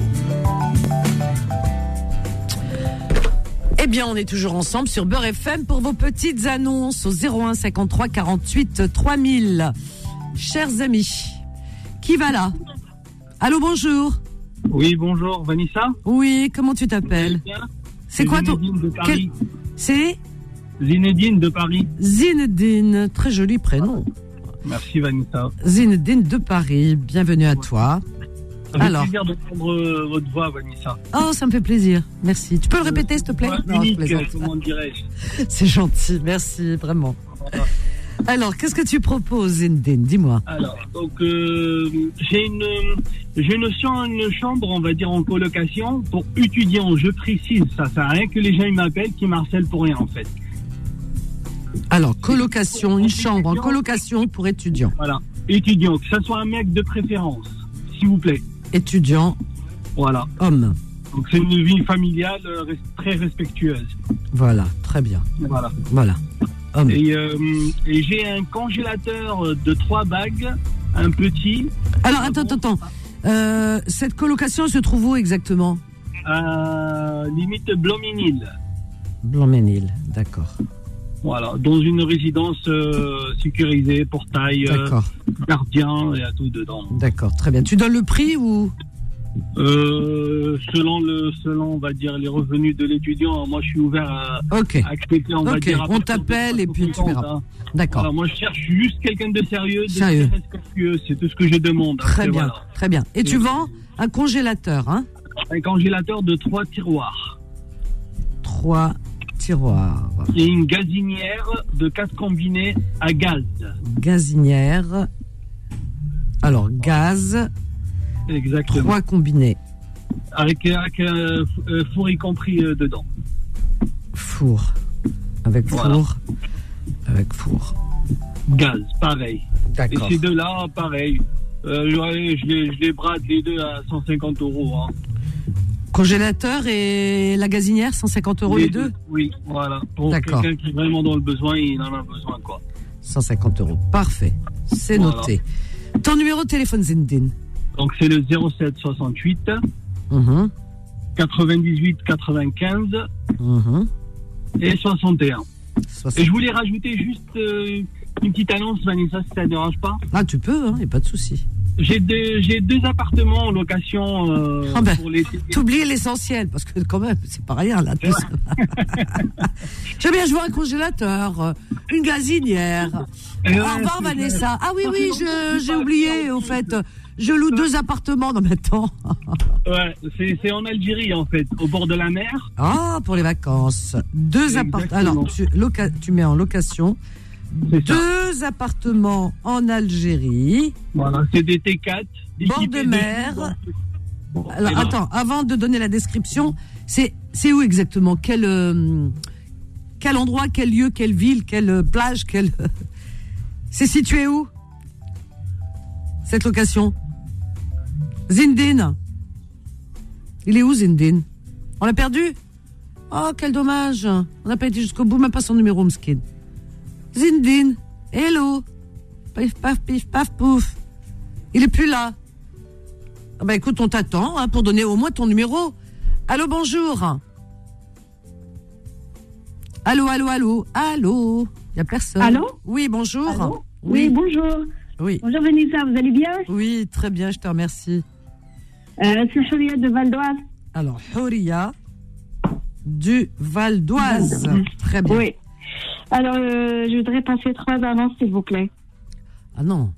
A: Eh bien, on est toujours ensemble sur Beurre FM pour vos petites annonces au 01 53 48 3000. Chers amis, qui va là Allô, bonjour.
F: Oui, bonjour, Vanessa.
A: Oui, comment tu t'appelles C'est quoi ton...
F: Zinedine de Paris.
A: C'est
F: Zinedine de Paris.
A: Zinedine, très joli prénom.
F: Merci, Vanessa.
A: Zinedine de Paris, bienvenue à toi.
F: Avec
A: Alors.
F: plaisir d'entendre euh, votre voix, Vanessa.
A: Oh, ça me fait plaisir. Merci. Tu peux le répéter, s'il te plaît
F: Voix
A: Non, je
F: Euh, unique, euh,
A: plaisante.
F: comment dirais-je
A: <laughs> C'est gentil. Merci, vraiment. Alors, qu'est-ce que tu proposes, Zinedine Dis-moi.
F: Alors, donc, euh, j'ai une, euh, j'ai une, chan- une chambre, on va dire, en colocation pour étudiants. Je précise, ça sert à rien que les gens ils m'appellent, qui marcellent pour rien, en fait.
A: Alors, colocation, une chambre en colocation pour étudiants.
F: Voilà. Étudiants, que ça soit un mec de préférence, s'il vous plaît.
A: Étudiants,
F: Voilà.
A: hommes.
F: Donc, c'est une vie familiale euh, res- très respectueuse.
A: Voilà, très bien.
F: Voilà.
A: Voilà. Hommes.
F: Et, euh, et j'ai un congélateur de trois bagues, un petit,
A: Alors, attends, attends, attends. Euh, cette colocation elle se trouve où exactement
F: à limite Blominil.
A: Blanc-Ménil, d'accord.
F: Voilà, dans une résidence euh, sécurisée, portail, euh,
A: D'accord,
F: gardien, il y a tout dedans.
A: d'accord, très bien. Tu donnes le prix ou
F: Euh, selon le, selon on va dire les revenus de l'étudiant, moi je suis ouvert à
A: Ok,
F: à accepter, on va
A: Ok,
F: dire. à
A: on
F: partir de
A: t'appelle et puis tu
F: 60,
A: verras.
F: hein.
A: d'accord.
F: Voilà, moi je cherche juste quelqu'un de sérieux, de
A: Sérieux.
F: très respectueux, c'est tout ce que je demande.
A: Très
F: Après,
A: bien,
F: voilà.
A: très bien. Et tu
F: Et-
A: vends un congélateur, hein
F: Un congélateur de trois tiroirs
A: Trois tiroirs,
F: et une gazinière de quatre combinés à gaz.
A: gazinière. Alors, gaz,
F: Exactement.
A: trois combinés,
F: Avec, avec euh, f- euh, four y compris euh, dedans.
A: four, avec
F: Voilà.
A: four, avec four.
F: Gaz, pareil. Et
A: D'accord.
F: ces deux-là, pareil. Euh, ouais, je, les, je les brade les deux à 150 euros. hein.
A: Congélateur et la gazinière, 150 euros les deux
F: Oui, voilà. Pour
A: D'accord.
F: quelqu'un qui est vraiment dans le besoin, il en a besoin, quoi.
A: 150 euros, parfait, c'est
F: Voilà.
A: noté. Ton numéro de téléphone, Zindine
F: Donc c'est le 07 68
A: Mhm,
F: 98 95
A: mhm.
F: et 61.
A: Soixante-
F: Et je voulais rajouter juste euh, une petite annonce, Vanessa, si ça ne dérange pas.
A: Ah, tu peux, il n'y a pas de souci.
F: J'ai deux, j'ai deux appartements en location euh,
A: Ah ben.
F: pour l'été.
A: T'oublies l'essentiel, parce que quand même, c'est pas rien là. Tout ça. <laughs> J'aime bien, je vois un congélateur, euh, une gazinière.
F: Et Eh ouais,
A: Au revoir
F: c'est-
A: Vanessa. Ah oui,
F: Ça fait
A: oui,
F: longtemps
A: je-
F: que je <laughs>
A: j'ai
F: parle
A: oublié
F: pas
A: au
F: ensemble.
A: fait. euh, Je loue deux appartements dans ma temps.
H: Ouais, c'est c'est en Algérie en fait, au bord de la mer.
A: Ah, pour les vacances. Deux appartements. Alors, tu, loca- tu mets en location deux appartements en Algérie.
H: Voilà, c'est des T4. des
A: Bord de
H: quittés
A: mer. Alors,
H: Et voilà.
A: attends, avant de donner la description, c'est c'est où exactement quel, euh, quel endroit, quel lieu, quelle ville, quelle <laughs> euh, plage, quel. c'est situé où Cette location Zindine. Il est où Zindine On l'a perdu Oh, quel dommage On n'a pas été jusqu'au bout, même pas son numéro, Mskin. Zindine, hello Pif, paf, pif, paf, pouf Il est plus là ah Bah écoute, on t'attend hein, pour donner au moins ton numéro. Allô, bonjour Allô, allô, allô Allô Il n'y a personne.
K: Allô
A: Oui, bonjour
K: Allô Oui, bonjour.
A: Oui.
K: Bonjour Vanessa, vous allez bien
A: Oui, très bien, je te remercie.
K: Euh, C'est Chouria de Val d'Oise.
A: Alors, Horia du Val d'Oise. Très bien.
K: Oui. Alors, euh, je voudrais passer trois annonces, s'il vous plaît.
A: Ah non.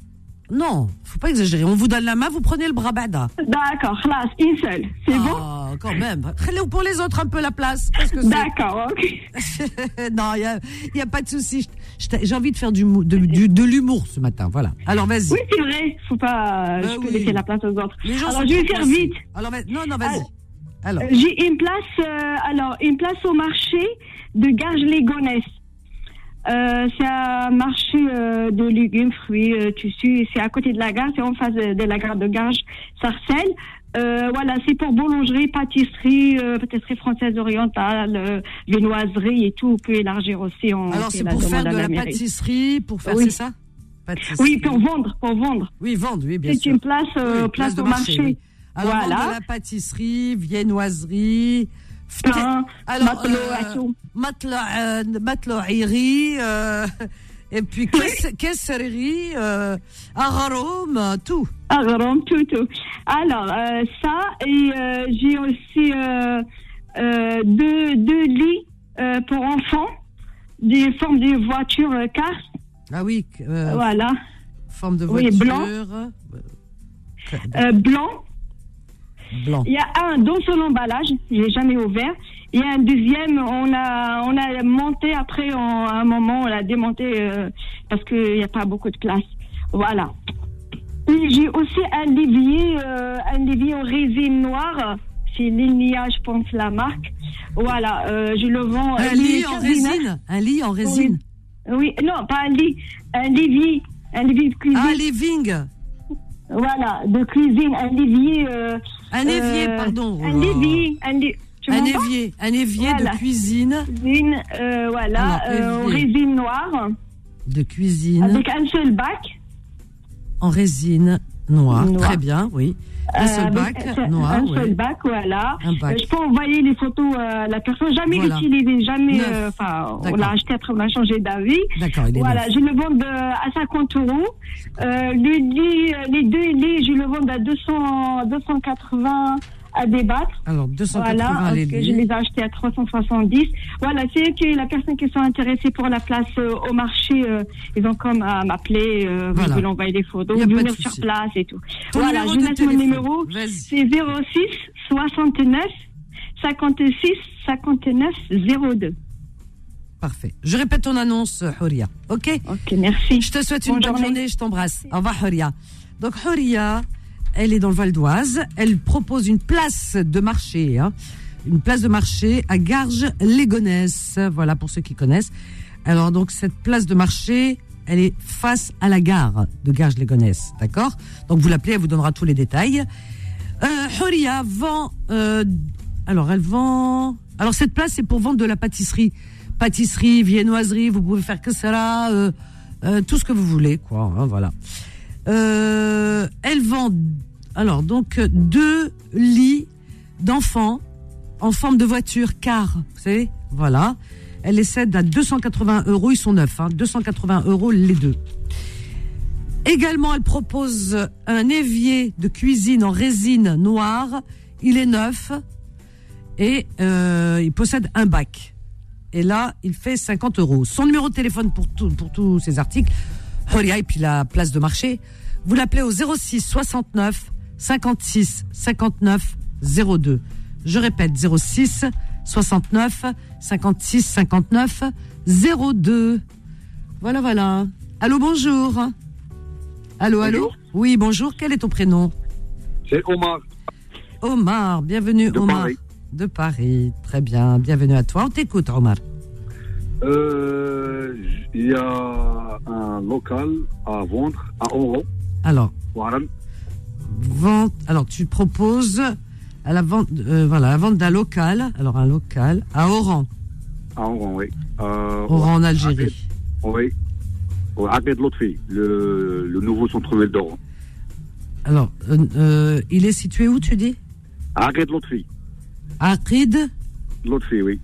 A: Non, faut pas exagérer. On vous donne la main, vous prenez le brabada.
K: D'accord, là, une seule. C'est
A: bon quand même. Laissez-nous pour les autres un peu la place.
K: D'accord,
A: <laughs> non, il n'y a, y a pas de souci. Je- je t'ai- J'ai envie de faire du, mou- de, du- de l'humour ce matin. Voilà. Alors vas-y.
K: Oui, c'est vrai. Faut pas.
A: Bah
K: je peux
A: oui.
K: laisser la place aux autres.
A: Les gens
K: Alors,
A: sont
K: je vais
A: trop
K: faire
A: coincés.
K: vite.
A: Alors, vas- non, non, vas-y. Alors.
K: Euh, J'ai une place, euh, alors, une place au marché de Garges-les-Gonesse. Euh, c'est un marché euh, de légumes, fruits, euh, tissus. C'est à côté de la gare, c'est en face de, de la gare de Garges-Sarcelles. Euh, voilà, c'est pour boulangerie, pâtisserie, euh, pâtisserie française orientale, euh, viennoiserie et tout. On peut élargir aussi en.
A: Alors, c'est pour
K: demande
A: faire
K: à
A: de la
K: mairie.
A: pâtisserie, pour faire,
K: Oui.
A: c'est ça Pâtisserie.
K: Oui, pour vendre, pour vendre.
A: Oui, vendre, oui, bien
K: C'est
A: sûr.
K: une place, euh,
A: Oui,
K: place, au marché.
A: oui. Alors,
K: voilà.
A: vendre de la pâtisserie, viennoiserie,
K: Pain, matelot,
A: euh,
K: atout.
A: matelot, euh, mateloterie, euh, et puis caisse- caisserie, euh, arôme, euh, tout.
K: Ah, vraiment, tout, tout. Alors, euh, ça, et euh, j'ai aussi euh, euh, deux, deux lits euh, pour enfants, des formes de voitures euh, cars.
A: Ah oui. euh,
K: voilà.
A: Forme de
K: Oui,
A: voiture.
K: blanc. Euh, blanc.
A: Blanc.
K: Il y a un dans son emballage, je l'ai jamais ouvert. Il y a un deuxième, on l'a on a monté après, en, à un moment, on l'a démonté euh, parce qu'il n'y a pas beaucoup de place. Voilà. Et j'ai aussi un lévier, euh, un lévier en résine noire. C'est Linia, je pense, la marque. Voilà, euh, je le vends.
A: Un
K: euh,
A: lit
K: il est
A: en
K: 15 dinars.
A: résine. Un lit en résine.
K: Oui, non, pas un lit, un lévier. Un lévier de cuisine.
A: Ah, living.
K: Voilà, de cuisine, un lévier. euh,
A: Un évier,
K: euh,
A: pardon.
K: Un
A: Oh là.
K: lévier, un, lé- tu
A: Un
K: m'entends
A: évier, un évier de
K: Voilà.
A: cuisine.
K: Cuisine, euh, voilà,
A: Alors,
K: euh, en
A: évier.
K: résine noire,
A: De cuisine.
K: avec un seul bac.
A: En résine noire.
K: Noir.
A: Euh, Très bien, oui. Un
K: euh,
A: seul
K: avec
A: bac
K: un-
A: noir.
K: Un seul
A: oui.
K: bac, voilà.
A: Un bac.
K: Euh, Je peux envoyer les photos euh, à la personne. Jamais
A: Voilà.
K: l'utiliser, jamais.
A: Neuf.
K: euh, Enfin, on
A: D'accord.
K: l'a acheté après, on a changé d'avis.
A: D'accord, il est
K: Voilà,
A: neuf.
K: je le vends de- à 50 euros. Euh, le lit, euh, les deux lits, je le vends à 200, 280 à débattre.
A: Alors, 280
K: voilà, parce
A: les
K: que je
A: lits.
K: les ai achetés à 370. Voilà, c'est que la personne qui sont intéressées pour la place euh, au marché, euh, ils ont comme à m'appeler, euh,
A: Voilà.
K: vous pouvez envoyer des photos,
A: Y a pas de
K: venir sur
A: souci.
K: place et tout.
A: Ton
K: voilà,
A: numéro
K: je
A: de
K: laisse mon
A: téléphone.
K: numéro, c'est 06 69 56 59 02.
A: Parfait. Je répète ton annonce, Horia. OK
K: Ok, merci.
A: Je te souhaite une
K: Bonne
A: bonne journée,
K: journée.
A: je t'embrasse. Au revoir, Horia. Donc, Horia, elle est dans le Val d'Oise. Elle propose une place de marché, hein. une place de marché à Garges-Légonesse. Voilà, pour ceux qui connaissent. Alors, donc, cette place de marché, elle est face à la gare de Garges-Légonesse. D'accord Donc, vous l'appelez, elle vous donnera tous les détails. Euh, Horia vend. euh, alors, elle vend. Alors, cette place, c'est pour vendre de la pâtisserie. Pâtisserie, viennoiserie, vous pouvez faire que cela, euh, euh, tout ce que vous voulez, quoi. hein, voilà. Euh, elle vend. Alors, donc, deux lits d'enfants en forme de voiture car, vous savez Voilà. Elle les cède à 280 euros, ils sont neufs, hein, 280 euros les deux. Également, elle propose un évier de cuisine en résine noire. Il est neuf et euh, il possède un bac. Et là, il fait 50 euros. Son numéro de téléphone pour, tout- pour tous ces articles, Horia et puis la place de marché, Vous l'appelez au 06 69 56 59 02. Je répète, 06 69 56 59 02. Voilà, voilà. Allô, bonjour. Allô, allô. Oui, bonjour. Quel est ton prénom
L: C'est Omar.
A: Omar, bienvenue,
L: De
A: Omar.
L: Paris.
A: De Paris. Très bien. Bienvenue à toi. On t'écoute, Omar.
L: Euh, Il y a un local à vendre à Oran,
A: Alors,
L: Ouaram.
A: vente. Alors, tu proposes à la vente, euh, voilà, la vente d'un local. Alors, un local à Oran.
L: à Oran, oui. Euh,
A: Oran, en Algérie.
L: Oui. Au Abed Lotfi, le, le nouveau centre-ville d'Oran.
A: Alors, euh, euh, il est situé où, tu dis
L: Abed Lotfi.
A: Arid
L: Lotfi, oui.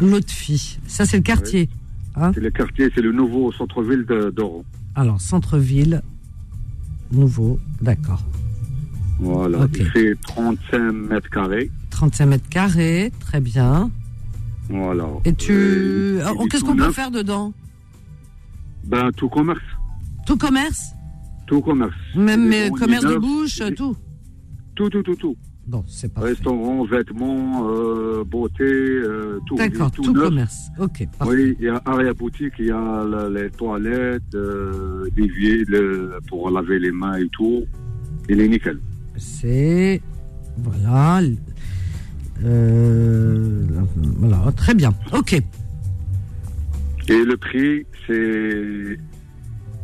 A: Lotfi. Ça, c'est le quartier. Hein?
L: C'est le quartier, c'est le nouveau centre-ville de- d'Oran.
A: Alors, centre-ville, nouveau, d'accord.
L: Voilà. Il fait 35 mètres carrés.
A: 35 mètres carrés, très bien.
L: Voilà.
A: Et tu.
L: Euh,
A: Ah,
L: il est
A: Qu'est-ce
L: tout
A: qu'on peut
L: neuf.
A: faire dedans
L: Ben, tout commerce.
A: Tout commerce
L: Tout commerce.
A: Même
L: Des
A: euh,
L: grands
A: commerce de
L: immeubles,
A: bouche,
L: des-
A: tout
L: Tout, tout, tout, tout.
A: Bon, c'est pas.
L: Restaurant, vêtements, euh, beauté, euh, tout.
A: D'accord,
L: Il est
A: tout,
L: neuf.
A: commerce. Ok, parfait.
L: Oui, il y a arrière-boutique, il y a la- les toilettes, euh, l'évier le- pour laver les mains et tout. Il est nickel.
A: C'est. Voilà. l- euh, Voilà, très bien. Ok.
L: Et le prix, c'est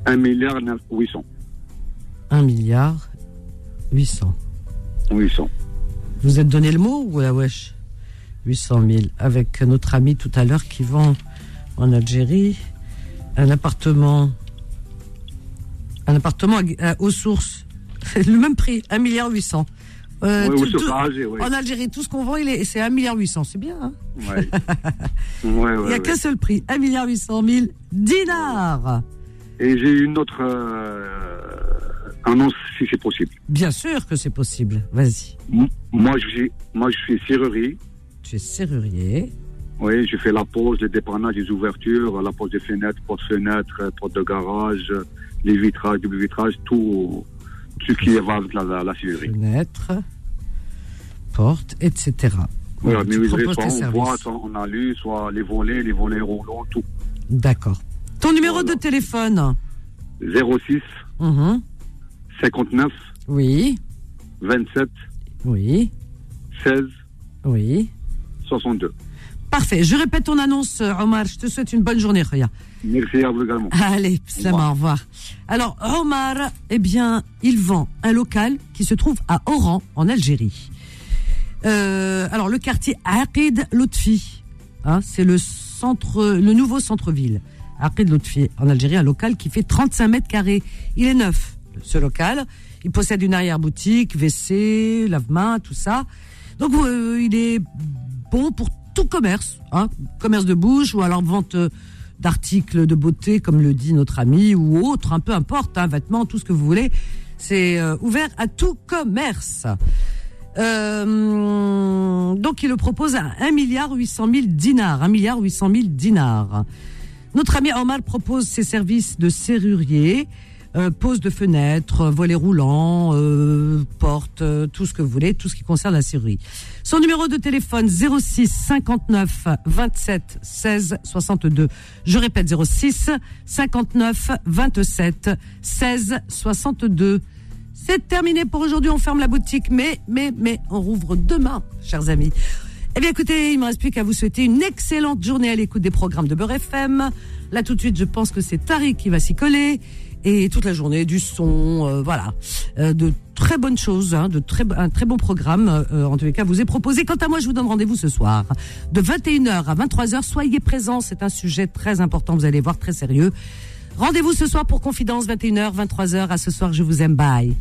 L: 1 milliard 800.
A: 1 milliard 800.
L: 800.
A: Vous êtes donné le mot ou la wesh 800 000. Avec notre ami tout à l'heure qui vend en Algérie un appartement. Un appartement à- à- aux sources. <laughs> le même prix, 1 milliard 800.
L: Oui, oui, c'est arrangé, oui.
A: euh, En Algérie, tout ce qu'on vend, il est- c'est 1 milliard 800. C'est bien, hein <laughs>
L: Ouais. Ouais,
A: Il
L: ouais,
A: n'y a
L: ouais.
A: qu'un seul prix, 1 milliard 800 000 dinars.
L: Et j'ai une autre euh, annonce, si c'est possible.
A: Bien sûr que c'est possible. Vas-y.
L: M- Moi, je suis, moi, je suis serrurier.
A: Tu es serrurier.
L: Oui, je fais la pose, les dépannages, les ouvertures, la pose des fenêtres, porte-fenêtres, euh, porte de garage, euh, les vitrages, double vitrage, tout ce qui va avec la, la, la serrurerie.
A: Fenêtre, porte, etc.
L: Voilà,
A: Tu
L: mais oui, soit
A: proposes tes
L: on
A: services.
L: voit, soit on a lu, soit les volets, les volets roulants, tout.
A: D'accord. Ton numéro de téléphone
L: 06
A: Mhm.
L: 59
A: Oui,
L: 27
A: oui,
L: 16
A: oui.
L: 62.
A: Parfait. Je répète ton annonce, Omar. Je te souhaite une bonne journée, Khoya.
L: Merci à vous également.
A: Allez, pslama, au revoir. Alors, Omar, eh bien, il vend un local qui se trouve à Oran, en Algérie. Euh, alors, le quartier Aqid Lotfi, hein, c'est le centre, le nouveau centre-ville. Aqid Lotfi, en Algérie, un local qui fait 35 mètres carrés. Il est neuf, ce local. Il possède une arrière-boutique, WC, lave-main, tout ça. Donc, euh, il est bon pour tout commerce, hein, commerce de bouche ou alors vente euh, d'articles de beauté, comme le dit notre ami, ou autre, un peu importe, hein, vêtements, tout ce que vous voulez. C'est euh, ouvert à tout commerce. Euh, donc il le propose à 1 milliard 800 000 dinars, 1 milliard 800 000 dinars. Notre ami Omar propose ses services de serrurier, euh, pose de fenêtres, volets roulants, euh, portes, euh, tout ce que vous voulez, tout ce qui concerne la serrurerie. Son numéro de téléphone 06 59 27 16 62. Je répète 06 59 27 16 62. C'est terminé pour aujourd'hui. On ferme la boutique, mais, mais, mais, on rouvre demain, chers amis. Eh bien, écoutez, il ne me reste plus qu'à vous souhaiter une excellente journée à l'écoute des programmes de Beurre FM. Là, tout de suite, je pense que c'est Tariq qui va s'y coller. Et toute la journée, du son, euh, voilà. Euh, de très bonnes choses, hein, de très, un très bon programme, euh, en tous les cas, vous est proposé. Quant à moi, je vous donne rendez-vous ce soir. De 21h à 23h, soyez présents. C'est un sujet très important, vous allez voir, très sérieux. Rendez-vous ce soir pour Confidence, 21h, 23h. À ce soir, je vous aime. Bye.